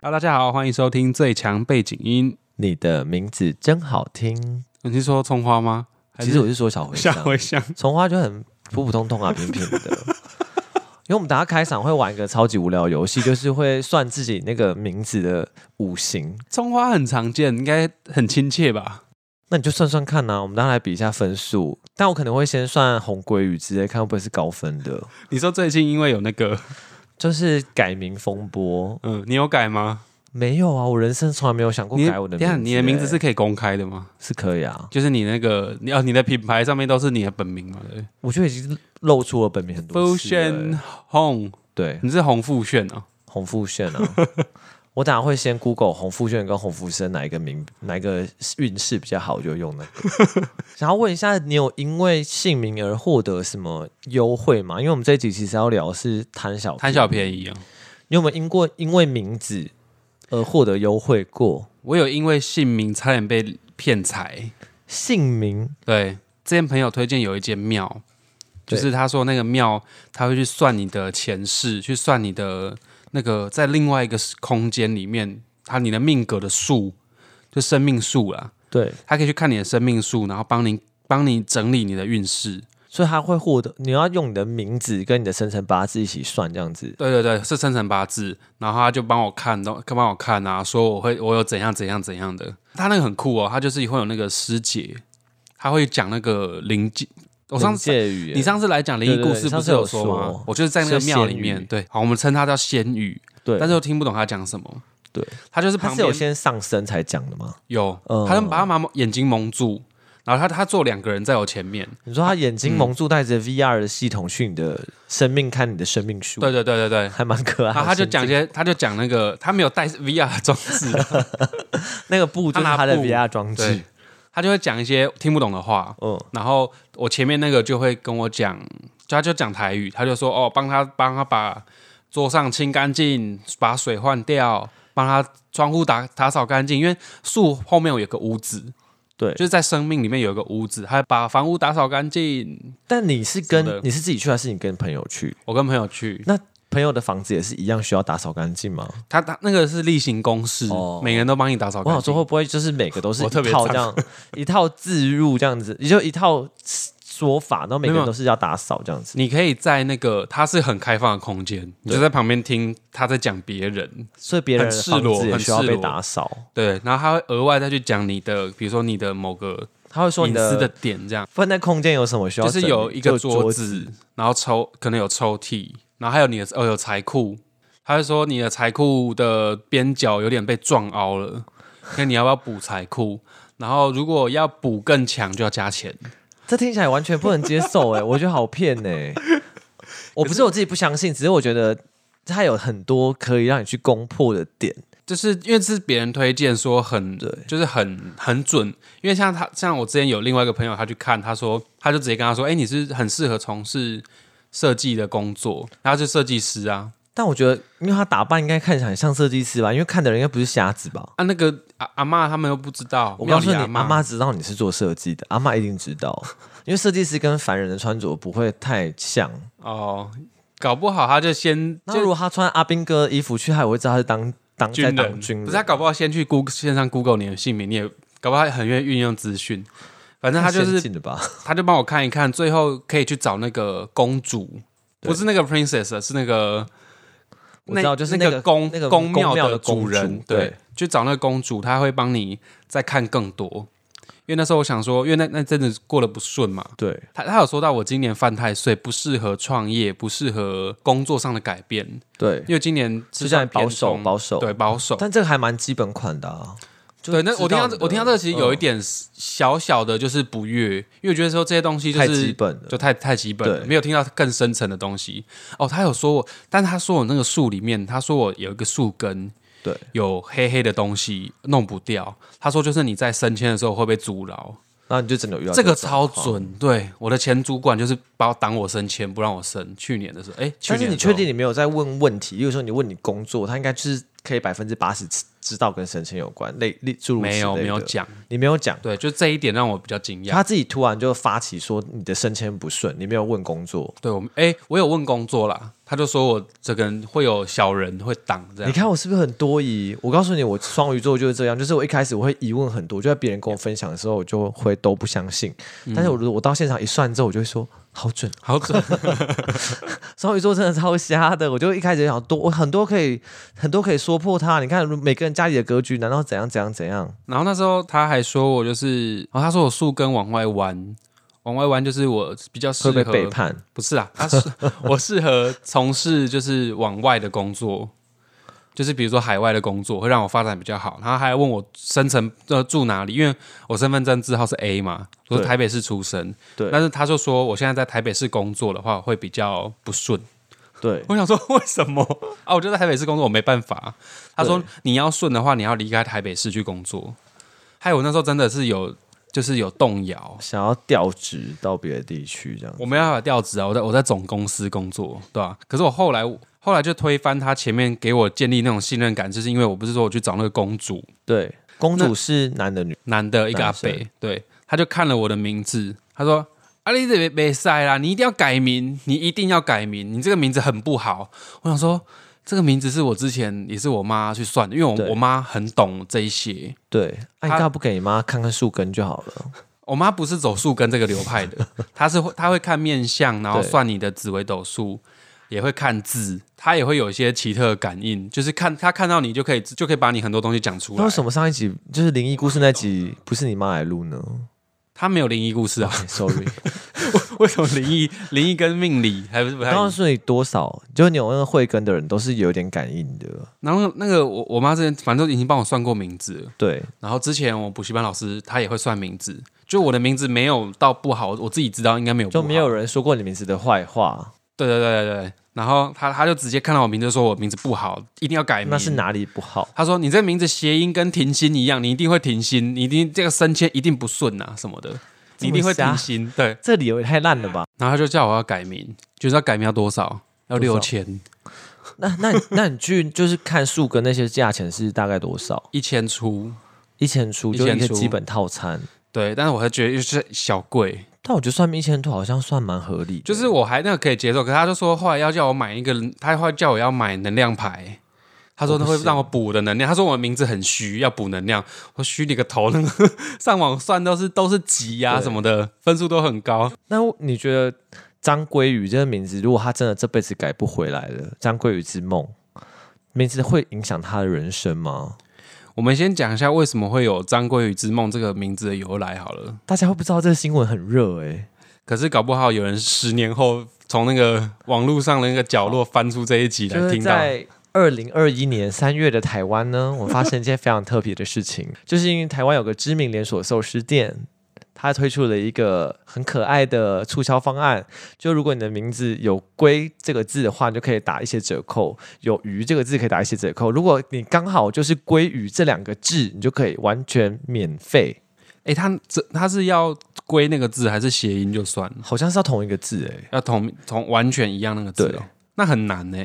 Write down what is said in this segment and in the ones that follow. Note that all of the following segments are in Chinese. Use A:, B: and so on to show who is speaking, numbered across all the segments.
A: Hello，大家啊好，欢迎收听最强背景音。
B: 你的名字真好听。
A: 你是说葱花吗？还
B: 其实我是说小 茴
A: 下
B: 香，
A: 回想，
B: 从花就很普普通 通啊，平平的。因为我们等下开场会玩一个超级无聊的游戏，就是会算自己那个名字的五行。
A: 葱花很常见，应该很亲切吧？
B: 那你就算算看呐、啊我们等下来比一下分数。但我可能会先算红鲑鱼之类，看会不会是高分的。
A: 你说最近因为有那个，
B: 就是改名风波，
A: 嗯，你有改吗？
B: 没有啊，我人生从来没有想过
A: 你
B: 改我的
A: 等一
B: 名
A: 下
B: 字、
A: 你的名字
B: 欸
A: 是可以公开的吗？
B: 是可以啊，
A: 就是你那个，你哦，你的品牌上面都是你的本名嘛？对
B: 我就已经露出了本名很多
A: 富
B: 次了、
A: 炫红，
B: 对，
A: 你是红富炫哦。
B: 红富炫啊。 我等下会先 Google 红富炫跟红富生哪一个名哪一个运势比较好，我就用那个。 想要问一下，你有因为姓名而获得什么优惠吗？因为我们这一集其实要聊的是贪小
A: 贪
B: 宜
A: 小便宜啊！
B: 你有没有因过因为名字而获得优惠过？
A: 我有因为姓名差点被骗财。
B: 姓名
A: 对，之前朋友推荐有一间庙，就
B: 对
A: 是他说那个庙他会去算你的前世，去算你的那个在另外一个空间里面，他你的命格的数，就生命数啦，
B: 对，
A: 他可以去看你的生命数，然后帮你帮你整理你的运势。
B: 所以他会获得。你要用你的名字跟你的生辰八字一起算，这样子。
A: 对对对，是生辰八字，然后他就帮我看，都帮我看啊，说我会我有怎样怎样怎样的。他那个很酷哦，他就是会有那个师姐，他会讲那个灵界。我上次
B: 介语言，
A: 你上次来讲灵异
B: 对对
A: 故
B: 对
A: 事
B: 你上
A: 不
B: 次
A: 是有
B: 有
A: 说
B: 说
A: 吗？我就是在那个
B: 是
A: 庙
B: 仙
A: 里面，
B: 语
A: 对，好，我们称它叫仙语，
B: 对，
A: 但是又听不懂他讲什么。
B: 对，
A: 他就是
B: 他
A: 旁
B: 是有
A: 边
B: 先上升才讲的吗？
A: 有，
B: 嗯
A: 他就把他把眼睛蒙住，然后他他坐两个人在我前面，
B: 你说他眼睛
A: 嗯
B: 蒙住，带着 VR 的系统去你的生命看你的生命数，
A: 对，对对对对，
B: 还蛮可爱
A: 然
B: 的。
A: 后他就讲一些，他就讲那个他没有带 VR 装 置，
B: 那个布就是他的
A: 他拿布
B: VR 装置
A: 对，，他就会讲一些听不懂的话，
B: 嗯，
A: 然后我前面那个就会跟我讲，就他就讲台语，他就说哦，帮他帮他把桌上清干净，把水换掉，帮他窗户打打扫干净，因为树后面有个屋子，
B: 对
A: 就。是在生命里面有一个屋子，他把房屋打扫干净。
B: 但你
A: 什
B: 是
A: 么
B: 跟
A: 的
B: 你是自己去还是你跟朋友去？
A: 我跟朋友去，
B: 朋友的房子也是一样需要打扫干净吗？
A: 他他那个是例行公事，
B: 哦
A: 每个人都帮你打扫
B: 我
A: 干
B: 想说
A: 净。
B: 会不会就是每个都是
A: 我
B: 一
A: 特别
B: 套
A: 脏
B: 这样 一套自入这样子，也就一套说法，然后每个
A: 没有
B: 人都是要打扫这样子。
A: 你可以在那个，它是很开放的空间，你就在旁边听他在讲别人，
B: 所以别人
A: 很
B: 的
A: 赤
B: 房
A: 裸
B: 子也
A: 很
B: 需要
A: 赤
B: 被
A: 裸
B: 打扫。
A: 对，然后他会额外再去讲你的，比如说你的某个
B: 他会说
A: 隐
B: 你
A: 私的
B: 的
A: 点这样。
B: 分在空间有什么需要
A: 就
B: 整理？
A: 是有一个
B: 就
A: 桌子，然后抽可能有抽屉，然后还有你的哦有财库，他就说你的财库的边角有点被撞凹了，那你要不要补财库？然后如果要补更强就要加钱，
B: 这听起来完全不能接受 哎、我觉得好骗哎、我不是我自己不相信，只是我觉得它有很多可以让你去攻破的点。
A: 就是因为是别人推荐说很
B: 对
A: 就是很很准，因为像他像我之前有另外一个朋友，他去看，他说他就直接跟他说，哎、你是很适合从事设计的工作，然后他是设计师啊，
B: 但我觉得，因为他打扮应该看起来很像设计师吧，因为看的人应该不是瞎子吧？
A: 啊那个阿阿妈他们又不知道，
B: 我告诉你，
A: 庙
B: 阿
A: 里的嬷
B: 妈知道你是做设计的，阿妈一定知 道，因为设计师跟凡人的穿着不会太像。
A: 哦，搞不好他就先
B: 那如
A: 就
B: 果他穿阿兵哥的衣服去，他也会知道他是当当
A: 军
B: 在
A: 人，
B: 当军人。
A: 不是他搞不好先去 Google 线上 Google 你的姓名，你也搞不好他很愿意运用资讯。反正他就
B: 太先
A: 是
B: 进了吧？
A: 他就帮我看一看，最后可以去找那个公主，
B: 对
A: 不是那个 princess，是那个
B: 我知道就是那
A: 那
B: 个
A: 宫
B: 那个
A: 宫庙
B: 宫庙的
A: 主人
B: 公主，
A: 对
B: 对，
A: 去找那个公主，她会帮你再看更多。因为那时候我想说，因为那那阵子过得不顺嘛，
B: 对，
A: 他他有说到我今年犯太岁，不适合创业，不适合工作上的改变，
B: 对，
A: 因为今年是
B: 就像
A: 算
B: 保
A: 偏
B: 守
A: 松
B: 保守，
A: 对保守。
B: 但这个还蛮基本款的啊。就
A: 哦对，那
B: 知
A: 我听到
B: 你的
A: 我听到这个其实有一
B: 嗯
A: 点小小的就是不悦，因为我觉得说这些东西就
B: 太基
A: 是
B: 本了，
A: 就太太基本了，
B: 对
A: 没有听到更深层的东西。哦，他有说我，但他说我那个树里面，他说我有一个树根
B: 对，
A: 有黑黑的东西弄不掉，他说就是你在升迁的时候会被阻挠，
B: 然后你就真的有遇到
A: 这个
B: 种
A: 超
B: 状况。
A: 准。对，我的前主管就是把我挡我升迁，不让我升。去年的时候，哎，去
B: 但是
A: 年
B: 你
A: 的时候
B: 确定你没有在问问题？例如说你问你工作，他应该就是可以百分之八十知道跟神仙有关，类类诸如此
A: 没有
B: 类
A: 没有
B: 的，
A: 讲，
B: 你没有讲。
A: 对，就这一点让我比较惊讶。
B: 他自己突然就发起说你的升迁不顺，你没有问工作。
A: 对我们，哎、我有问工作啦，他就说我这个人会有小人会挡这
B: 你
A: 样，
B: 看我是不是很多疑？我告诉你，我双鱼座就是这样，就是我一开始我会疑问很多，就在别人跟我分享的时候，我就会都不相信。
A: 嗯
B: 但是我如果我到现场一算之后，我就会说好准。
A: 好准，
B: 双鱼座真的超瞎的，我就一开始想多，我很多可以很多可以说破它。你看每个人家里的格局，难道怎样怎样怎样？
A: 然后那时候他还说我就是，哦，他说我树根往外弯，往外弯就是我比较适
B: 会
A: 合
B: 被背叛？
A: 不是啊，他是 我适合从事就是往外的工作，就是比如说海外的工作会让我发展比较好。然后还问我生辰呃住哪里，因为我身份证字号是 A 嘛，我是
B: 对
A: 台北市出生，
B: 对
A: 但是他就说我现在在台北市工作的话会比较不顺。
B: 对
A: 我想说为什么啊？我就在台北市工作，我没办法。他说
B: 对
A: 你要顺的话，你要离开台北市去工作。还有我那时候真的是有就是有动摇，
B: 想要调职到别的地区这样。
A: 我没办法调职啊，我在我在总公司工作，对吧、可是我后来后来就推翻他前面给我建立那种信任感，就是因为我不是说我去找那个公主
B: 对，公主是男的女的？
A: 男的一个阿
B: 男
A: 伯
B: 生，
A: 对，他就看了我的名字，他说。啊，你这别别塞啦！你一定要改名，你一定要改名，你这个名字很不好。我想说，这个名字是我之前也是我妈去算的，因为我
B: 对
A: 我妈很懂这一些，
B: 对，那、你干嘛不给你妈看看树根就好了？
A: 我妈不是走树根这个流派 的，她是会她会看面相，然后
B: 对
A: 算你的紫微斗数，也会看字，她也会有一些奇特的感应，就是看她看到你就可以就可以把你很多东西讲出
B: 那
A: 来
B: 为。什么上一集就是灵异故事那集不是你妈来录 呢、
A: 她没有灵异故事啊，
B: 哎 Sorry，
A: 为什么灵异灵异跟命理还不是不太一样？
B: 告诉你多少，就是你有那个慧根的人都是有点感应的。
A: 然后那个我我妈之前反正已经帮我算过名字了，
B: 对，
A: 然后之前我补习班老师她也会算名字，就我的名字没有到不好，我自己知道应该没有不
B: 就
A: 好
B: 没有人说过你名字的坏话，
A: 对对对对对，然后她她就直接看到我名字就说我名字不好，一定要改名。
B: 那是哪里不好？
A: 他说：“你这名字谐音跟停薪一样，你一定会停薪，你一定这个升迁一定不顺啊什么的，
B: 这
A: 你
B: 么
A: 一定会
B: 瞎
A: 停薪。”对，
B: 这理由也太烂了吧？
A: 然后他就叫我要改名，就是要改名要多少？要
B: 多
A: 六
B: 少
A: 千，
B: 那那你那你去就是看树跟那些价钱是大概多少？
A: 一千出。
B: 一千出
A: 一
B: 就
A: 千
B: 一个
A: 出
B: 基本套餐，
A: 对，但是我还觉得就是小贵，
B: 但我觉得算命一千出好像算蛮合理的，
A: 就是我还那个可以接受。可是他就说后来要叫我买一个，他后来叫我要买能量牌。他说
B: 我
A: 他
B: 哦不
A: 会
B: 行
A: 让我补我的能量，他说我的名字很虚，要补能量。我虚你个头，那个 上网算都是都是级呀、
B: 对
A: 什么的，分数都很高。
B: 那你觉得张归宇这个名字，如果他真的这辈子改不回来了，张归宇之梦名字会影响他的人生吗？
A: 我们先讲一下为什么会有“张鲑鱼之梦”这个名字的由来好了。
B: 大家会不知道这个新闻很热哎、
A: 可是搞不好有人十年后从那个网络上的那个角落翻出这一集
B: 就
A: 来
B: 是
A: 听到，
B: 在二零二一年三月的台湾呢，我发生一件非常特别的事情， 就是因为台湾有个知名连锁寿司店。它推出了一个很可爱的促销方案，就如果你的名字有“龟”这个字的话，你就可以打一些折扣；有“鱼”这个字可以打一些折扣。如果你刚好就是“龟鱼”这两个字，你就可以完全免费，
A: 哎、他这他是要归那个字还是谐音就算了，
B: 好像是要同一个字欸诶、
A: 要同同完全一样那个字、
B: 对
A: 哦，那很难呢、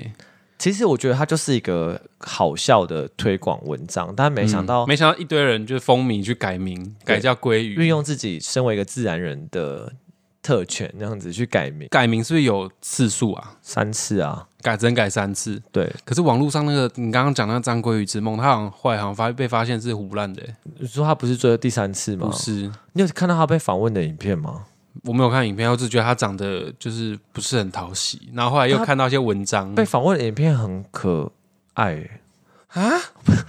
B: 其实我觉得它就是一个好笑的推广文章，但没想到
A: 嗯没想到一堆人就风靡去改名，
B: 对
A: 改叫鲑鱼。
B: 运用自己身为一个自然人的特权，那样子去改名
A: 改名是不是有次数啊？
B: 三次啊，
A: 改只能改三次。
B: 对，
A: 可是网络上那个你刚刚讲那个“张鲑鱼之梦”，他好像后来好像发被发现是胡乱的、欸，
B: 你说他不是做了第三次吗
A: 不？是。
B: 你有看到他被访问的影片吗？
A: 我没有看影片，我只觉得他长得就是不是很讨喜，然后后来又
B: 他
A: 看到一些文章，
B: 被访问的影片很可爱、啊，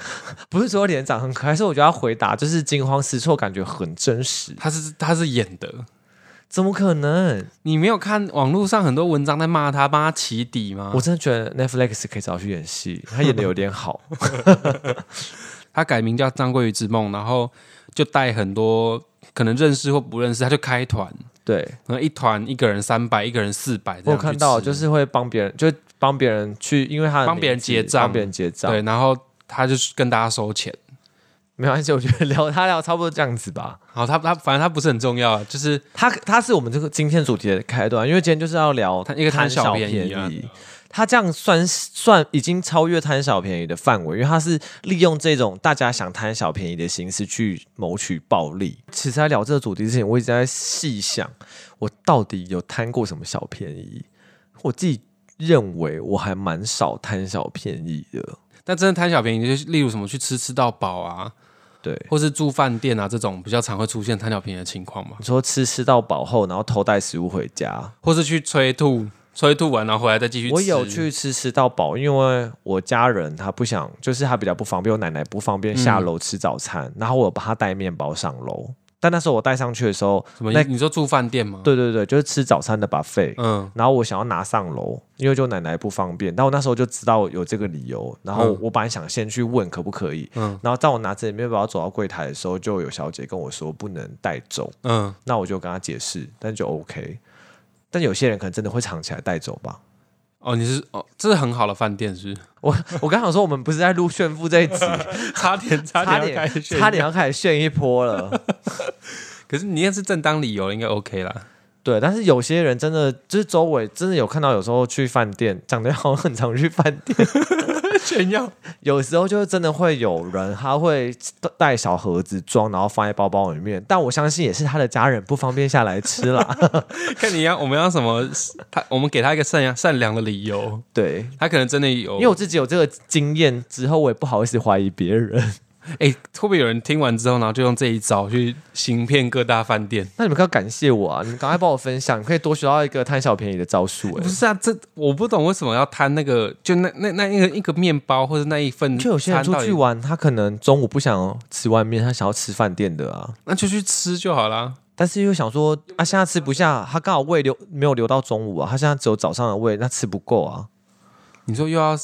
B: 不是说脸长很可爱，是我觉得他回答就是惊慌失措，感觉很真实。
A: 他是他是演的。
B: 怎么可能？
A: 你没有看网络上很多文章在骂他，帮他起底吗
B: 我？真的觉得 Netflix 可以找他去演戏，他演的有点 好。
A: 他改名叫张桂鱼之梦，然后就带很多可能认识或不认识，他就开团，
B: 对
A: 可能一团一个人三百，一个人四百这
B: 我
A: 样
B: 有
A: 去
B: 看到，
A: 吃
B: 就是会帮别人，就帮别人去，因为他的
A: 帮别人
B: 名字
A: 结账
B: 帮别人结账。
A: 对，然后他就是跟大家收钱。
B: 没关系，我觉得聊他聊差不多这样子吧。
A: 好，他他反正他不是很重要啊，就是
B: 啊他他是我们这个今天主题的开端，因为今天就是要聊
A: 他一个贪
B: 贪
A: 小
B: 便
A: 便宜啊
B: 宜。他这样算算已经超越贪小便宜的范围，因为他是利用这种大家想贪小便宜的形式去谋取暴利。其实，在聊这个主题之前，我一直在细想，我到底有贪过什么小便宜？我自己认为我还蛮少贪小便宜的，
A: 但真的贪小便宜，就是例如什么去吃吃到饱啊，
B: 对。
A: 或是住饭店啊这种比较常会出现贪小便宜的情况嘛，
B: 你说吃吃到饱后，然后偷带食物回家，
A: 或是去催吐，催吐完然后回来再继续吃。
B: 我有去吃吃到饱，因为我家人他不想，就是他比较不方便，我奶奶不方便
A: 嗯
B: 下楼吃早餐，然后我有帮他带面包上楼。但那时候我带上去的时候，
A: 什么
B: 那？
A: 你说住饭店吗？，
B: 对对对，就是吃早餐的 buffet，、
A: 嗯，
B: 然后我想要拿上楼，因为就奶奶不方便。但我那时候就知道有这个理由，然后
A: 嗯
B: 我本来想先去问可不可以，
A: 嗯
B: 然后当我拿着面包走到柜台的时候，就有小姐跟我说不能带走，
A: 嗯，
B: 那我就跟她解释，但就 OK。但有些人可能真的会藏起来带走吧。
A: 哦，你是哦，这是很好的饭店是不是？
B: 我我刚想说，我们不是在录炫富这一集，
A: 差点 差
B: 差
A: 要开始
B: 点
A: 炫
B: 差点要开始炫一波了。
A: 可是你应该是正当理由，应该 OK 啦。
B: 对，但是有些人真的就是周围真的有看到，有时候去饭店，长得好像很常去饭店，
A: 炫耀，
B: 有时候就是真的会有人他会带小盒子装，然后放在包包里面。但我相信也是他的家人不方便下来吃 啦。
A: 看你要我们要什么，他我们给他一个善良善良的理由，
B: 对，
A: 他可能真的有，
B: 因为我自己有这个经验之后，我也不好意思怀疑别人。
A: 哎、会不会有人听完之后，然后就用这一招去行骗各大饭店？
B: 那你们可要感谢我啊！你们赶快帮我分享，你可以多学到一个贪小便宜的招数、
A: 不
B: 欸。
A: 是啊，这我不懂为什么要贪那个，就那那那一个一个面包或者那一份，
B: 就有些人出去，玩，他可能中午不想吃外面，他想要吃饭店的啊。
A: 那就去吃就好啦。
B: 但是又想说，啊，现在吃不下，他刚好胃留没有留到中午啊，他现在只有早上的胃，那吃不够啊。
A: 你说又要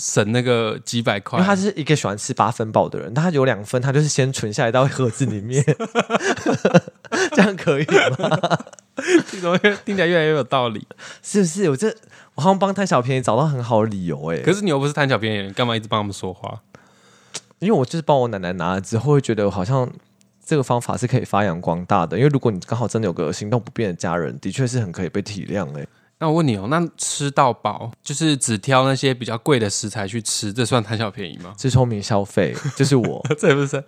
A: 省那个几百
B: 因
A: 块，
B: 为他是一个喜欢吃八分饱的人，但他有两分，他就是先存下来到盒子里面， 这样可以吗？
A: 这种越 听起来越来越有道理。
B: 是不是？我这我好像帮贪小便宜找到很好的理由哎、
A: 可是你又不是贪小便宜的人，干嘛一直帮他们说话？
B: 因为我就是帮我奶奶拿了之后，会觉得好像这个方法是可以发扬光大的。因为如果你刚好真的有个行动不便的家人，的确是很可以被体谅哎、
A: 那我问你哦，那吃到饱就是只挑那些比较贵的食材去吃，这算贪小便宜吗？
B: 是聪明消费，就是我，
A: 这也不是，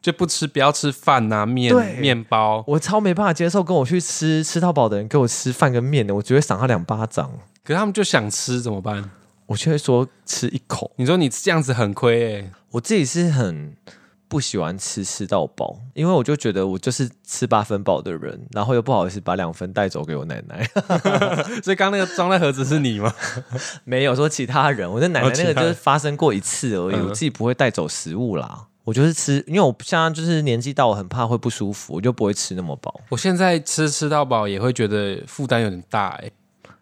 A: 就不吃不要吃饭啊、面
B: 对
A: 面包。
B: 我超没办法接受跟我去吃吃到饱的人给我吃饭跟面的，我只会赏他两巴掌，
A: 可是他们就想吃怎么办？
B: 我却会说吃一口。
A: 你说你这样子很亏哎、
B: 我自己是很不喜欢吃吃到饱，因为我就觉得我就是吃八分饱的人，然后又不好意思把两分带走给我奶奶，
A: 所以刚刚那个装在盒子是你吗？
B: 没有说其他人，我的奶奶那
A: 哦
B: 个
A: 其他
B: 就
A: 人
B: 是发生过一次而已，
A: 嗯
B: 我自己不会带走食物啦。我就是吃，因为我现在就是年纪到，我很怕会不舒服，我就不会吃那么饱。
A: 我现在吃吃到饱也会觉得负担有点大哎、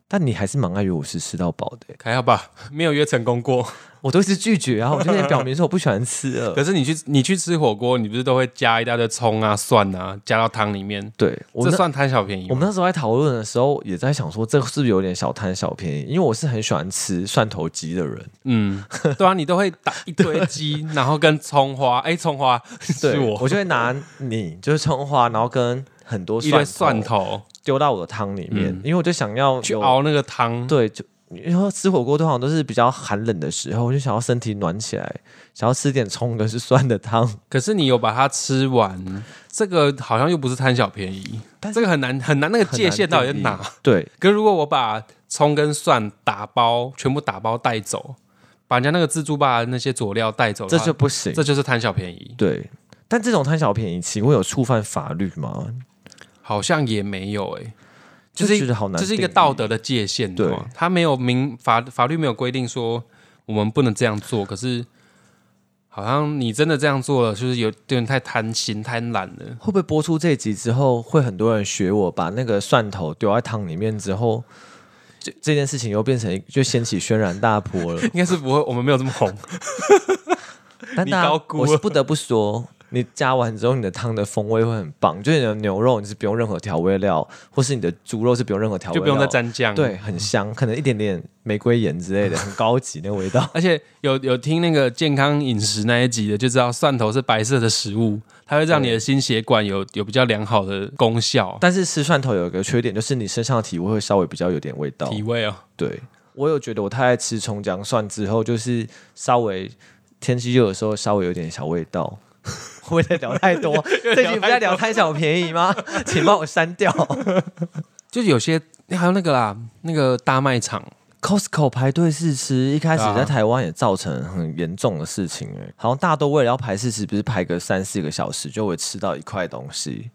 B: 但你还是蛮爱约我吃吃到饱的欸、
A: 还好吧，没有约成功过。
B: 我都一直拒绝啊，我就跟你表明说我不喜欢吃了。
A: 可是你去你去吃火锅，你不是都会加一大堆葱啊、蒜啊，加到汤里面，
B: 对，我
A: 这
B: 那
A: 算贪小便宜
B: 我
A: 吗？
B: 们那时候在讨论的时候，也在想说，这是不是有点小贪小便宜？因为我是很喜欢吃蒜头鸡的人，
A: 嗯，对啊，你都会打一堆鸡，然后跟葱花，哎，葱花
B: 对
A: 是我
B: 我就会拿你就是葱花，然后跟很多
A: 一堆
B: 蒜
A: 蒜
B: 头
A: 头
B: 丢到我的汤里面，
A: 嗯
B: 因为我就想要
A: 去
B: 有
A: 熬那个汤，
B: 对，就因为吃火锅通常都是比较寒冷的时候，我就想要身体暖起来，想要吃点葱跟是蒜的汤。
A: 可是你有把它吃完，这个好像又不是贪小便宜，
B: 但
A: 这
B: 是
A: 个很难很难，那个
B: 很
A: 界
B: 难
A: 限到底在
B: 定义
A: 哪？
B: 对，
A: 可是如果我把葱跟蒜打包，全部打包带走，把人家那个自助吧的那些佐料带走的
B: 这
A: 话，
B: 就不行。
A: 这就是贪小便宜，
B: 对，但这种贪小便宜，请问有触犯法律吗？
A: 好像也没有哎、就
B: 就是觉得好难，啊
A: 这是一个道。德的界限，
B: 对
A: 对吗？他没有明法法律没有规定说我们不能这样做，可是好像你真的这样做了，就是有点太贪心、贪婪了。
B: 会不会播出这一集之后，会很多人学我把那个蒜头丢在汤里面之后，这这件事情又变成一就掀起轩然大
A: ？
B: 波了
A: 应该是不会，我们没有这么 红。
B: 但
A: 你
B: 大
A: 高
B: 家，
A: 估
B: 我是
A: 了
B: 不得不说，你加完之后，你的汤的风味会很棒，就是你的牛肉你是不用任何调味料，或是你的猪肉是不用任何调味
A: 就
B: 料，
A: 不用再沾酱。。
B: 对，，很香，可能一点点玫瑰盐之类的，很高级那个味道
A: 而且有有听那个健康饮食那一集的，就知道蒜头是白色的食物，它会让你的心血管有有比较良好的功效。
B: 但是吃蒜头有一个缺点，就是你身上的体味会稍微比较有点味道。
A: 体味哦，
B: 对，我有觉得我太爱吃葱姜蒜之后，就是稍微天气热的时候稍微有点小味 道。我也聊太 多，最近不在聊贪小便宜 吗？请帮我删 掉。
A: 就是有些还有那个啦，那个大卖场，
B: Costco 排队试吃，一开始
A: 对啊
B: 在台湾也造成很严重的事情、哎，好像大多为了要排试吃，不是排个三四个小时就会吃到一块东西，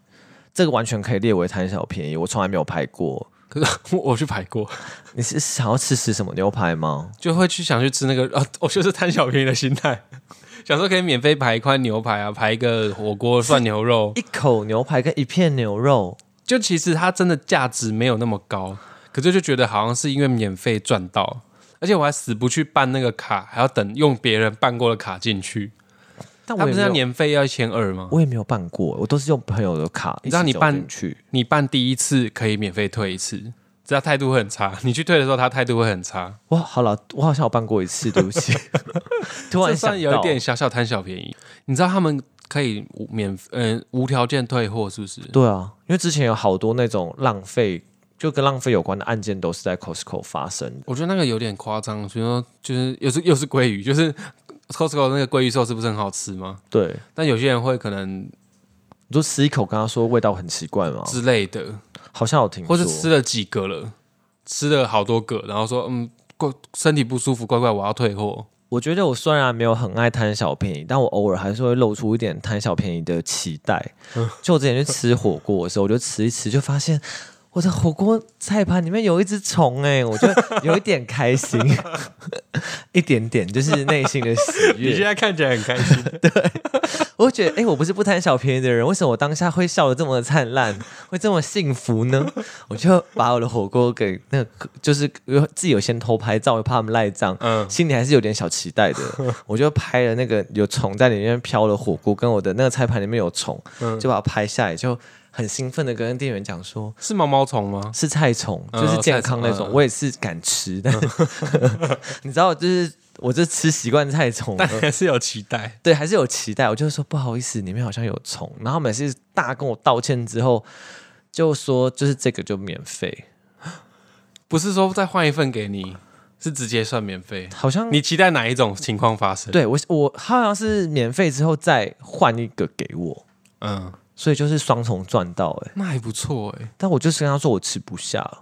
B: 这个完全可以列为贪小便宜，我从来没有排过。
A: 可是 我我去排过，
B: 你是想要吃吃什么牛排吗？
A: 就会去想去吃那个啊， 我就是贪小便宜的心态， 想说可以免费排一块牛排啊，排一个火锅涮牛 肉，
B: 一口牛排跟一片牛肉，
A: 就其实它真的价值没有那么高，可是就觉得好像是因为免费赚到，而且我还死不去办那个卡，还要等用别人办过的卡进去。
B: 但
A: 他
B: 我
A: 不
B: 也
A: 是要
B: 没有，
A: 年费要一千二吗？
B: 我也没有办过，我都是用朋友的卡一
A: 知道
B: 起
A: 你
B: 走
A: 办
B: 进去。
A: 你办第一次可以免费退一次，只要态度会很差， 你去退的时候他态度会很差，
B: 哇，好了，我好像有办过 一次，对不起，突
A: 这
B: 然想
A: 算
B: 到
A: 有一点小小贪小便宜。你知道他们可以无免嗯、无条件退货是不是？
B: 对啊，因为之前有好多那种浪费，就跟浪费有关的案件都是在 Costco 发生的。
A: 我觉得那个有点夸张，比如说就是又是又是鲑鱼，就是 Costco 那个鲑鱼寿司不是很好吃吗？
B: 对，
A: 但有些人会可能
B: 你就吃一口，跟他说味道很奇怪嘛，
A: 之类的，
B: 好像有听
A: 或
B: 说，
A: 是吃了几个了，吃了好多个，然后说嗯，怪身体不舒服，乖乖我要退货。
B: 我觉得我虽然没有很爱贪小便宜，但我偶尔还是会露出一点贪小便宜的期待。就我之前去吃火锅的时候，我就吃一吃，就发现我的火锅菜盘里面有一只虫、哎，我就有一点开心， 一点点，就是内心的喜悦。
A: 在看起来很开心，
B: 我会觉得，哎、我不是不贪小便宜的人，为什么我当下会笑得这么灿烂，会这么幸福呢？我就把我的火锅给那个，就是有自己有先偷拍照，又怕他们赖账，
A: 嗯
B: 心里还是有点小期 待的。我就拍了那个有虫在里面飘的火锅，跟我的那个菜盘里面有虫，
A: 嗯
B: 就把它拍下来，就很兴奋的跟店员讲说。
A: 是毛毛虫吗？
B: 是菜虫，
A: 嗯
B: 就是健康那
A: 菜
B: 种，
A: 虫嗯嗯
B: 我也是敢吃，但是 你知道，就是我这吃习惯菜虫了，
A: 但还是有期待。
B: 对，还是有期待。我就说不好意思，里面好像有虫。然后每次大跟我道歉之后，就说就是这个就免费，
A: 不是说再换一份给你，是直接算免费。
B: 好像
A: 你期待哪一种情况发生？，
B: 对我我好像是免费之后再换一个给我，
A: 嗯，
B: 所以就是双重赚到哎、
A: 那还不错哎、
B: 但我就是跟他说我吃不下，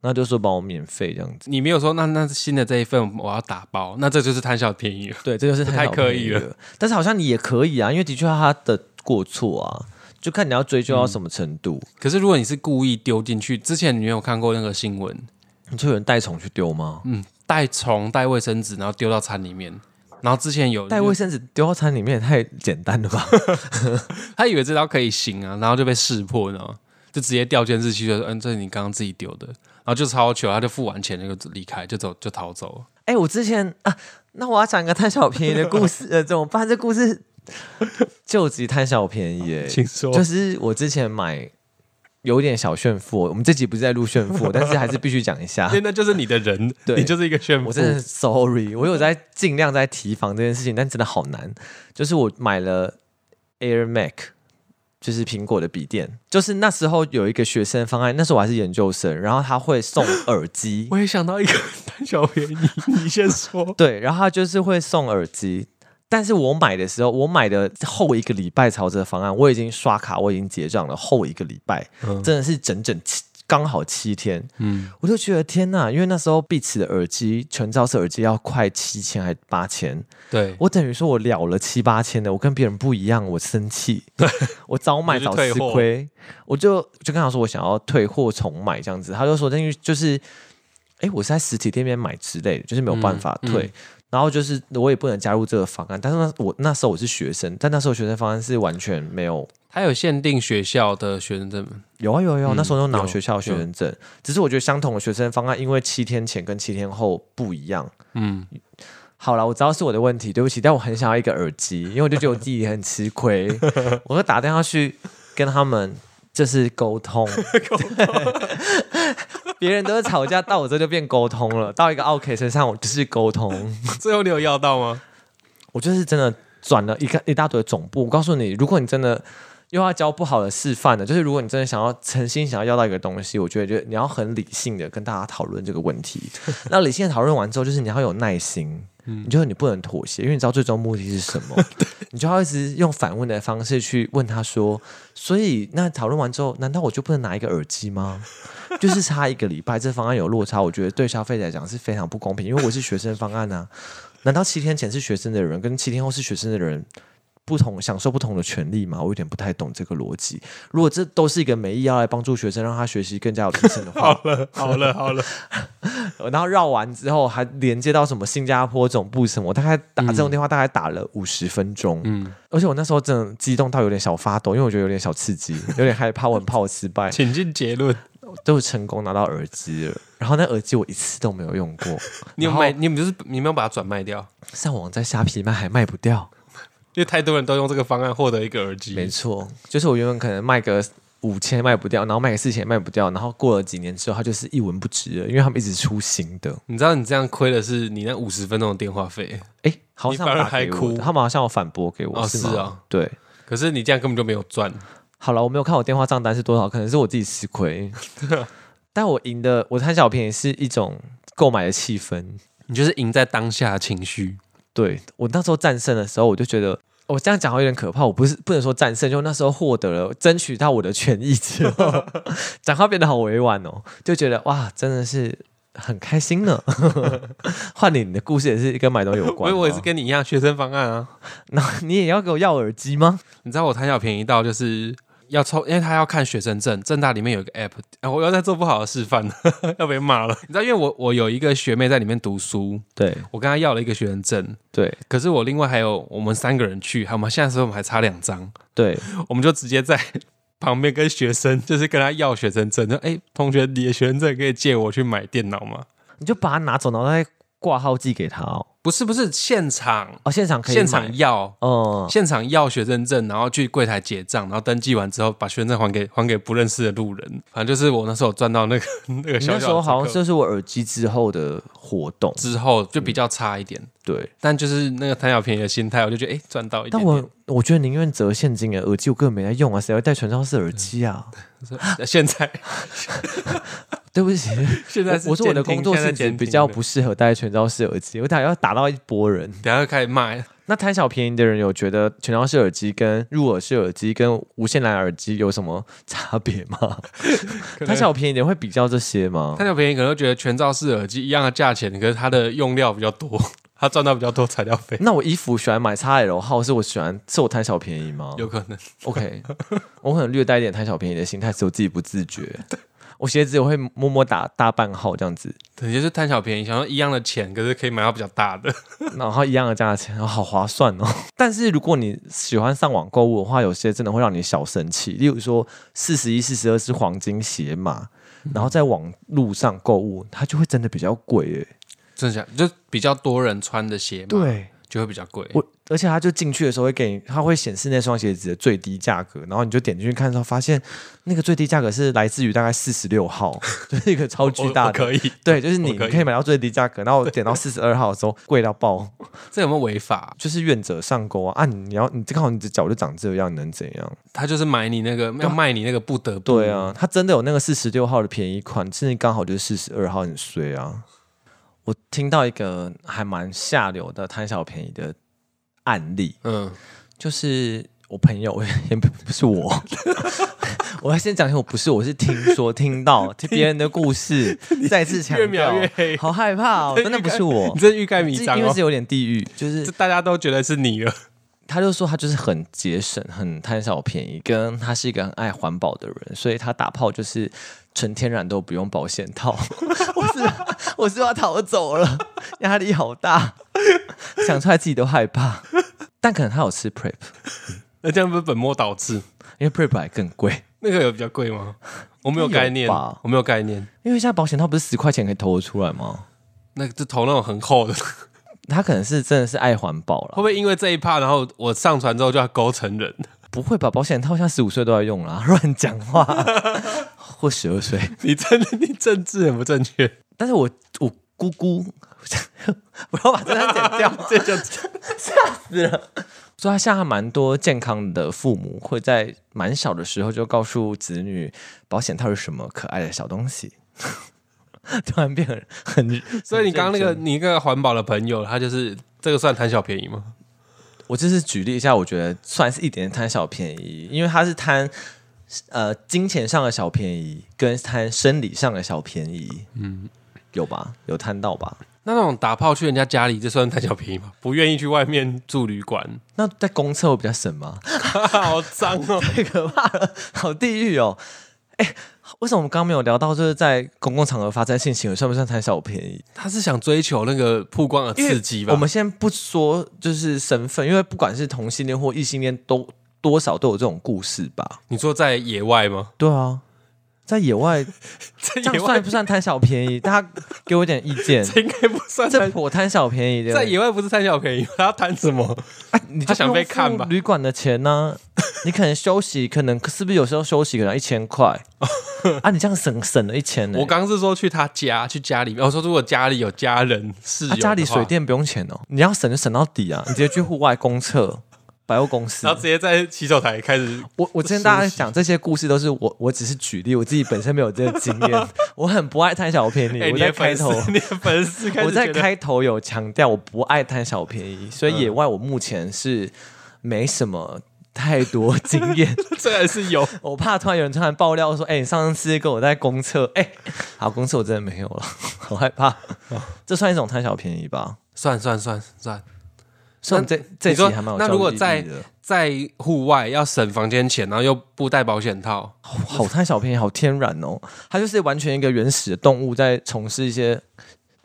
B: 那就说帮我免费这样子。
A: 你没有说那那新的这一份我要打包，那这就是贪小便宜了。
B: 对，这就是
A: 不太
B: 小
A: 刻
B: 便
A: 意
B: 宜
A: 了
B: 了。但是好像你也可以啊，因为的确他的过错啊，就看你要追究到什么程度。
A: 可是如果你是故意丢进去，之前你有看过那个新闻，
B: 你就有人带虫去丢吗？
A: 嗯，带虫带卫生纸，然后丢到餐里面，然后之前有
B: 带卫生纸丢到餐里面也太简单了吧？
A: 他以为这招可以行啊，然后就被识破，你知道吗？就直接调监视器，就说嗯，这是你刚刚自己丢的，然后就超糗，他就付完钱就离开，就走就逃走了。
B: 哎、我之前啊，那我要讲一个贪小便宜的故事，呃，怎么办？这故事就及贪小便宜、哎，
A: 请说
B: 就是我之前买有点小炫富，我们这集不是在录炫富，但是还是必须讲一下
A: 因。为那就是你的人，
B: 对
A: 你就是一个炫富。
B: 我真的 sorry，我有在尽量在提防这件事情，但真的好难。就是我买了 Air Mac，就是苹果的笔电，就是那时候有一个学生方案，那时候我还是研究生，然后他会送耳机，
A: 我也想到一个贪小便宜，你先说。
B: 对，然后他就是会送耳机。但是我买的时候，我买的后一个礼拜朝这个方案，我已经刷卡，我已经结账了后一个礼拜，真的是整整七刚好七天，
A: 嗯，
B: 我就觉得天呐，因为那时候 Beats 的耳机全罩式耳机要快七千还八千，
A: 对，
B: 我等于说我了了七八千的，我跟别人不一样，我生 气，我早买
A: 你就
B: 早
A: 退
B: 吃
A: 货
B: 亏，我就就跟他说我想要退货重买这样子，他就说那就是，哎，我是在实体店面买之类的，就是没有办法
A: 嗯
B: 退。然后就是我也不能加入这个方案，但是那我那时候我是学生，但那时候学生方案是完全没有
A: 他有限定学校的学生证，
B: 有啊有啊有啊，
A: 嗯
B: 那时候都拿
A: 有啊
B: 学校学生证，只是我觉得相同的学生方案，因为七天前跟七天后不一样。
A: 嗯，
B: 好了，我知道是我的问题，对不起，但我很想要一个耳机，因为我就觉得我自己很吃亏，我就打电话去跟他们就是沟通，对 别人都是吵架，到我这就变沟通了，到一个 OK 身上，我就是沟通，
A: 最后你有要到吗？
B: 我就是真的转了一个一大堆总部。我告诉你，如果你真的又要教不好的示范的，就是如果你真的想要诚心想要要到一个东西，我觉得就你要很理性的跟大家讨论这个问题。那理性的讨论完之后，就是你要有耐心，你就是你不能妥协，因为你知道最终目的是什么，你就要一直用反问的方式去问他说，所以那讨论完之后，难道我就不能拿一个耳机吗？就是差一个礼拜，这方案有落差，我觉得对消费者来讲是非常不公平，因为我是学生方案啊。难道七天前是学生的人跟七天后是学生的人不同享受不同的权利吗？我有点不太懂这个逻辑。如果这都是一个美意要来帮助学生让他学习更加有提升的话，
A: 了， 好了，好了，
B: 然后绕完之后还连接到什么新加坡总部什么，我大概打这种电话大概打了五十分钟，
A: 嗯，
B: 而且我那时候真的激动到有点小发抖，因为我觉得有点小刺激，有点害怕，我很怕我失 败。
A: 请进结论。
B: 都成功拿到耳机了，然后那耳机我一次都没有用过，
A: 你有
B: 然后
A: 卖？你们就是你没有把它转卖掉，
B: 上网在虾皮卖还卖不掉。
A: 因为太多人都用这个方案获得一个耳机。
B: 没错，就是我原本可能卖个五千卖不掉，然后卖个四千卖不掉，然后过了几年之后，它就是一文不值了，因为他们一直出新的。
A: 你知道你这样亏的是你那五十分钟的电话费，
B: 哎，好
A: 你
B: 像
A: 反而
B: 打给
A: 还
B: 我
A: 哭
B: 的他们好像有反驳给我，
A: 哦
B: 吗？
A: 是啊
B: 对。
A: 可是你这样根本就没有赚。
B: 好了，我没有看我电话账单是多少，可能是我自己 吃亏。但我赢的，我贪小便宜是一种购买的气氛。
A: 你就是赢在当下的情绪，
B: 对我那时候战胜的时候，我就觉得我这样讲好像有点可怕。我不是不能说战胜，就那时候获得了争取到我的权益之 后，讲话变得好委婉哦，就觉得哇，真的是很开心 呢。换你，你的故事也是跟买东西有
A: 我
B: 关吗，哦
A: 我也是跟你一样学生方案啊。
B: 那你也要给我要耳机吗？
A: 你知道我贪小便宜到就是要抽，因为他要看学生证，正大里面有一个 app，、啊、我要再做不好的示范， 要被骂了。你知道，因为我我有一个学妹在里面读书，
B: 对
A: 我跟她要了一个学生证，
B: 对
A: 可是我另外还有我们三个人去，还有我们现在时候我们还差两张，
B: 对，
A: 我们就直接在 旁边跟学生，就是跟他要学生证，就哎、同学，你的学生证可以借我去买电脑吗？
B: 你就把它拿走，然后再挂号寄给他哦。
A: 不是不是，现场
B: 哦，现场可以
A: 现
B: 买
A: 场要。
B: 嗯，
A: 现场要学生证，然后去柜台结账，然后登记完之后把学生证还给还给不认识的路人。反正就是我那时候有赚到那个 那个
B: 你
A: 小小的
B: 那时候好像
A: 折扣
B: 就是我耳机之后的活动，
A: 之后就比较差一点，
B: 对。
A: 但就是那个贪小便宜的心态，我就觉得哎赚、到一点
B: 但
A: 点。
B: 我我觉得宁愿折现金的耳机我根本没在用啊，谁会戴传销式耳机啊？
A: 嗯我现在
B: 对不起，
A: 现在
B: 我
A: 是
B: 我说我的
A: 监听
B: 工作
A: 现在
B: 性质
A: 监听
B: 比较
A: 的
B: 不适合戴传销式耳机，我打要打到一波人。
A: 等一下就开始骂，
B: 那贪小便宜的人有觉得传销式耳机跟入耳式耳机跟无线蓝牙耳机有什么差别 吗？贪小便宜的人会比较这些吗？
A: 贪小便宜可能会觉得全罩式耳机一样的价钱，可是它的用料比较多， 它赚到比较多材料费，
B: 那我衣服喜欢买 XL 号，是我喜欢是我贪小便宜吗
A: 有可能。
B: ？OK，我可能略带一点贪小便宜的心态，只有自己不自觉。我鞋子我会默默打大半号这样子，
A: 等于就是贪小便宜，想要一样的钱，可是可以买到比较大的。
B: 然后一样的价钱，好划算哦。 但是如果你喜欢上网购物的话，有些真的会让你小生气。例如说，四十一、四十二是黄金鞋码，
A: 嗯
B: 然后在网路上购物，它就会真的比较贵耶。
A: 真的假的就比较多人穿的鞋嘛，，就会比较贵。
B: 我，而且它就进去的时候会给你，它会显示那双鞋子的最低价格，然后你就点进去看的时候，发现那个最低价格是来自于大概四十六号， 就是一个超巨
A: 我
B: 大
A: 我
B: 的。
A: 哦可以，
B: 对，就是你
A: 我可以
B: 你可以买到最低价格，然后我点到四十二号的时候贵到爆。
A: 这有没有违法？
B: 就是愿者上钩啊！啊，你你要你刚好你的脚就长这样，你能怎样？
A: 他就是买你那个要卖你那个不得不，
B: 啊对，啊，它真的有那个四十六号的便宜款，甚至刚好就是四十二号，很衰啊！我听到一个还蛮下流的贪小便宜的案例，
A: 嗯，
B: 就是我朋友， 也不不是我， 我要先讲一下，我不是，我是听说听 到听别人的故事， 再次强
A: 越
B: 调
A: 描，越黑，
B: 好害怕哦，真的不是我
A: 你，这欲盖弥
B: 这
A: 彰
B: 因为
A: 哦
B: 是，有点地狱，就是
A: 这大家都觉得是你了，
B: 他就说他就是很节省、很贪小便宜，跟他是一个很爱环保的人，所以他打炮就是纯天然都不用保险套。 我是我是要逃走了，压力好大，想出来自己都害怕。但可能他有吃 prep，
A: 那这样不是本末倒置？
B: 因为 prep 还更贵，
A: 那个有比较贵吗？我没有概念，
B: 有吧
A: 我没有概念。
B: 因为现在保险套不是十块钱可以投得出来吗？
A: 那个就投那种很厚的，会
B: 他可能是真的是爱环保
A: 不
B: 了，
A: 会因为这一趴，然后我上传之后就要勾成人？
B: 不会吧？保险套现在十五岁都在用啦， 乱讲话，或十二岁。
A: 你真的你政 治很不正确，
B: 但是我我姑 姑，我要把这段剪掉，这就吓死了。所以他现在还蛮多健康的父母会在蛮小的时候就告诉子女，保险套是什么可爱的小东西。 突然变很很，
A: 所以你刚刚那
B: 很
A: 个
B: 认真，
A: 你一个环保的朋友，他就是这个算贪小便宜吗？
B: 我就是举例一下，我觉得算是一点贪小便宜，因为他是贪呃金钱上的小便宜，跟贪生理上的小便宜，嗯，有吧？有贪到吧？
A: 那那种打炮去人家家里，这算贪小便宜吗？不愿意去外面住旅馆，
B: 那在公厕会比较省吗？
A: 好脏哦！
B: 太可怕了，好地狱哦！哎、为什么我们刚刚没有聊到，就是在公共场合发生性行为算不算贪小便宜？
A: 他是想追求那个曝光的
B: 因为
A: 刺激吧？
B: 我们先不说就是身份，因为不管是同性恋或异性恋，都多少都有这种故事吧？
A: 你说在野外吗？
B: 对啊，在 野外
A: 在
B: 这样算不算贪小便宜？大家给我一点意见。
A: 这应该不算
B: 这
A: 贪。
B: 颇贪小便宜的，
A: 在野外不是贪小便宜，他要贪什么？
B: 啊你就
A: 他想
B: 不用
A: 被看
B: 付
A: 吧
B: 旅馆的钱呢、你可能休息，可能是不是有时候休息可能一千 块啊？你这样省省了一千 呢、
A: 我刚刚是说去他家，去家里面。我说如果家里有家人室友
B: 啊，
A: 的话，
B: 家里水电不用钱哦，你要省就省到底啊！你直接去户外公厕、百货公 司
A: 然。后直接在洗手台开始
B: 我我之前大家讲这些故事都是我，我只是举例，我自己本身没有这个经验，我很不爱贪小便 宜。
A: 哎、
B: 我
A: 你
B: 在
A: 的
B: 开
A: 粉丝
B: 头，，
A: 你的粉丝开始
B: 我在
A: 觉得，嗯
B: 开头有强调我不爱贪小便宜，所以野外我目前是没什么太多经 验。
A: 虽然是有，
B: 我怕突然有人突然爆料说：“哎、你上次跟我在公厕，哎、好公厕我真的没有了，好害怕。
A: 哦
B: 这算一种贪小便宜吧？
A: 算算算算，
B: 所以我们这这
A: 你
B: 集
A: 说
B: 还蛮有
A: 那如果
B: 教育
A: 在
B: 意义的
A: 在户外要省房间钱，然后又不戴保险套，
B: 好贪小便宜，好天然哦！它就是完全一个原始的动物在从事一些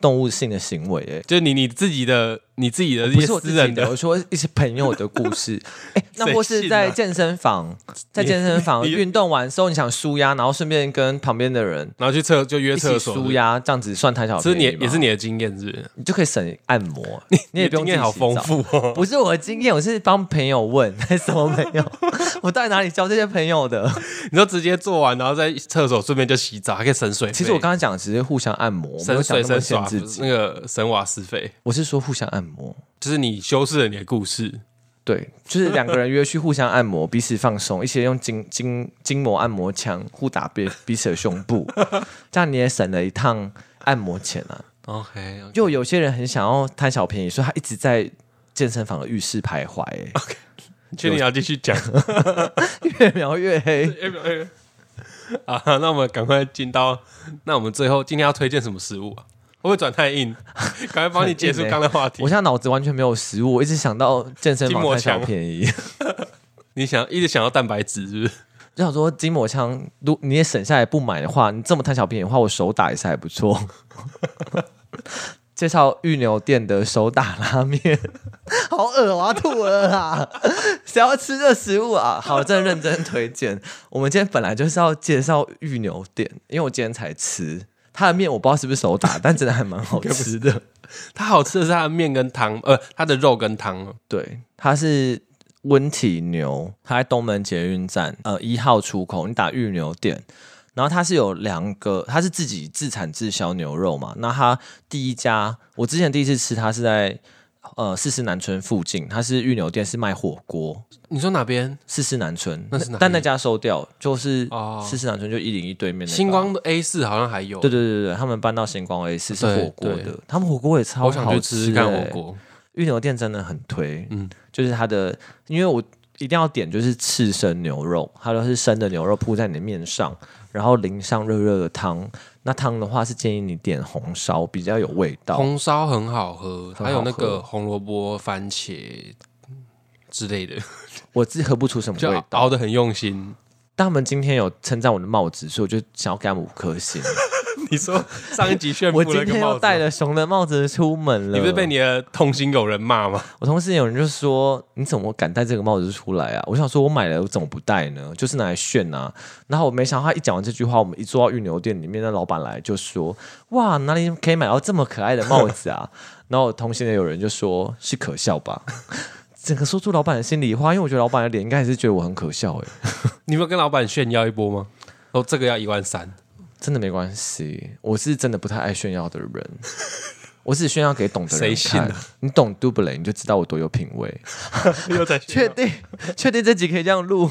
B: 动物性的行为，哎，
A: 就是你你自己的你自己的一
B: 不
A: 些
B: 是我
A: 私
B: 自己
A: 人
B: 的，
A: 的，
B: 我说一些朋友的故 事。哎，那
A: 谁
B: 或是
A: 信
B: 在
A: 啊
B: 健身 房，在健身房
A: 你
B: 运动完之后，你想舒压，然后顺便跟旁边的人
A: 然后去厕就
B: 一
A: 约
B: 起
A: 厕所，
B: 舒压，这样子算贪小
A: 这是
B: 便
A: 你
B: 宜吗
A: 也是，你的经验是不是？
B: 你就可以省按摩，你也不用
A: 经验
B: 自己
A: 好
B: 洗澡
A: 丰。富哦。
B: 不是我的经验，我是帮朋友问， 什么朋友？我到底哪里交这些朋友的？
A: 你就直接做完，然后在厕所顺便就洗澡，还可以省水费。
B: 其实我刚刚讲的只是互相按摩，我没有
A: 省
B: 讲
A: 水
B: 那
A: 省
B: 么限
A: 耍
B: 制自己。
A: 那个省瓦斯费，
B: 我是说互相按摩，
A: 就是你修饰了你的故事。
B: 对，就是两个人约去互相按摩，彼此放松，一起用筋 筋筋膜按摩枪互打彼彼此的胸 部，这样你也省了一趟按摩钱啊。
A: OK，
B: 就有些人很想要贪小便宜，所以他一直在健身房的浴室徘徊、 欸
A: 确定你要继续讲？
B: 越描越黑。
A: 啊，那我们赶快进到，那我们最后今天要推荐什么食物啊？会不会转太硬？赶快帮你 结束刚才话题
B: 欸我。现在脑子完全没有食物，我一直想到健身
A: 筋
B: 房
A: 膜
B: 贪小
A: 枪
B: 便宜，
A: 你想一直想要蛋白质，是不是？
B: 就想说筋膜枪，如你也省下来不买的话，你这么贪小便宜的话，我手打一下还不错。 介绍玉牛店的手打拉面，好恶啊，吐了啊！谁要吃这食物啊？好，真的认真推荐。我们今天本来就是要介绍玉牛店，因为我今天才吃它的面，我不知道是不是手打，但真的还蛮好吃的。
A: 它好吃的是它的面跟汤，呃，它的肉跟汤哦。
B: 对，它是温体牛，它在东门捷运站呃一号出口，你打玉牛店。然后它是有两个，它是自己自产自销牛肉嘛。那它第一家，我之前第一次吃，它是在呃四四南村附近，它是玉牛店，是卖火锅。
A: 你说哪边？
B: 四四南村，
A: 那是哪
B: 但那
A: 里
B: 家收掉，就是
A: 哦
B: 四四南村就一零一对面、那个啊
A: 星光的 A 四好像还有。
B: 对对对对，他们搬到星光 A 四是
A: 对
B: 火锅
A: 对
B: 的，他们火锅也超好
A: 我
B: 吃、欸。
A: 想去吃吃看火锅。
B: 玉牛店真的很推，嗯
A: 嗯，
B: 就是它的，因为我一定要点就是刺身牛肉，它都是生的牛肉铺在你的面上，然后淋上热热的汤。那汤的话是建议你点红烧，比较有味道。
A: 红烧很好喝，
B: 好
A: 还有那
B: 喝
A: 个红萝卜、番茄之类的，
B: 我自己喝不出什么
A: 就
B: 味道。
A: 熬的很用心。
B: 但他们今天有称赞我的帽子，所以我就想要给他们五颗星。
A: 你说上一集炫富
B: 我今
A: 了个
B: 天
A: 帽
B: 又
A: 子
B: 戴
A: 吗，
B: 了熊的帽子出门了。
A: 你不是被你的同行友人骂吗？
B: 我同事有人就说：“你怎么敢戴这个帽子出来啊？”我想说，我买了，我怎么不戴呢？就是拿来炫啊。然后我没想到他一讲完这句话，我们一坐到玉牛店里面，那老板来就说：“哇，哪里可以买到这么可爱的帽子啊？” 然后我同行的有人就说：“是可笑吧？” 整个说出老板的心里话，因为我觉得老板的脸应该还是觉得我很可笑哎、
A: 你有没有跟老板炫耀一波吗？哦，这个要一万三，
B: 真的没关系，我是真的不太爱炫耀的人。我只炫耀给懂的人
A: 谁信啊
B: 看。你懂 d u b l e 你就知道我多有品味。
A: 又在
B: 确定，确定这集可以这样录？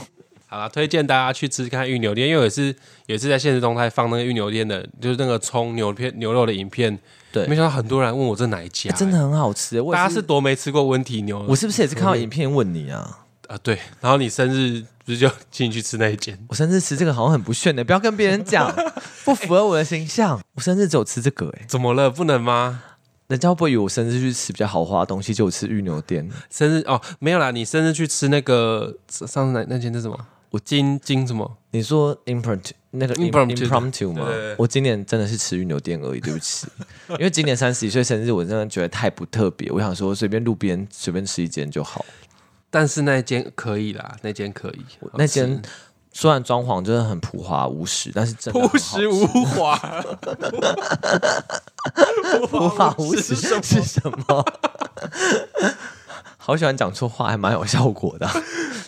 A: 好啦，推荐大家去吃吃看玉牛店，因为也是也是在现实动态放那个玉牛店的，就是那个葱牛片牛肉的影片。
B: 对哎
A: 没想到很多人问我这哪一家、
B: 真的很好吃。我也
A: 大家是多没吃过温体牛？
B: 我是不是也是看到影片问你啊？
A: 啊，对。然后你生日不是就进去吃那一间？
B: 我生日吃这个好像很不炫的，不要跟别人讲，不符合我的形象。我生日只有吃这个、欸，
A: 怎么了？不能吗？
B: 人家会不会以为我生日去吃比较豪华的东西，就我吃玉牛店？
A: 生日哦，没有啦，你生日去吃那个上上次那那间是什么？我金金什么？
B: 你说 impromptu 那个
A: Impromptu
B: impromptu 吗
A: 对对对？
B: 我今年真的是吃玉牛店而已，对不起。因为今年三十一岁生日，我真的觉得太不特别。我想说随便路边随便吃一间就好。
A: 但是那一间可以啦，那间可以，好吃
B: 那间虽然装潢真的很朴华无实，但是真的很好
A: 朴
B: 吃
A: 实无华，
B: 无法无
A: 是
B: 实是什么？ 好喜欢讲错话，还蛮有效果的。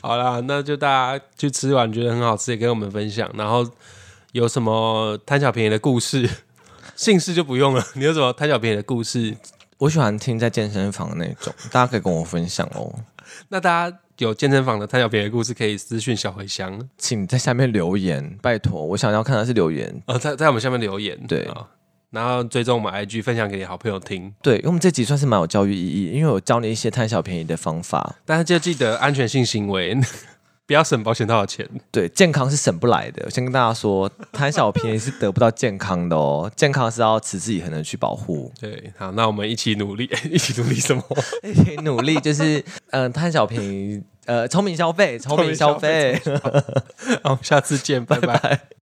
A: 好啦，那就大家去吃完觉得很好吃，也跟我们分享。然后有什么贪小便宜的故事， 姓氏就不用了。你有什么贪小便宜的故事？
B: 我喜欢听在健身房那种，大家可以跟我分享哦，
A: 那大家有健身房的贪小便宜的故事，可以私讯小茴香，
B: 请在下面留言，拜托，我想要看的是留言。
A: 呃，在在我们下面留言，
B: 对
A: 啊然后追踪我们 IG，分享给你好朋友听。
B: 对，因为我们这集算是蛮有教育意义，因为我教你一些贪小便宜的方法。
A: 但是就记得安全性行为， 不要省保险套的钱。
B: 对，健康是省不来的。我先跟大家说，贪小便宜是得不到健康的哦，健康是要持之以恒的去保 护。
A: 对，好，那我们一起努力， 一起努力什么？
B: 一起努力，就是嗯、呃贪小 便 宜，呃，聪明消费，聪明消费。
A: 好，我们下次见，拜拜。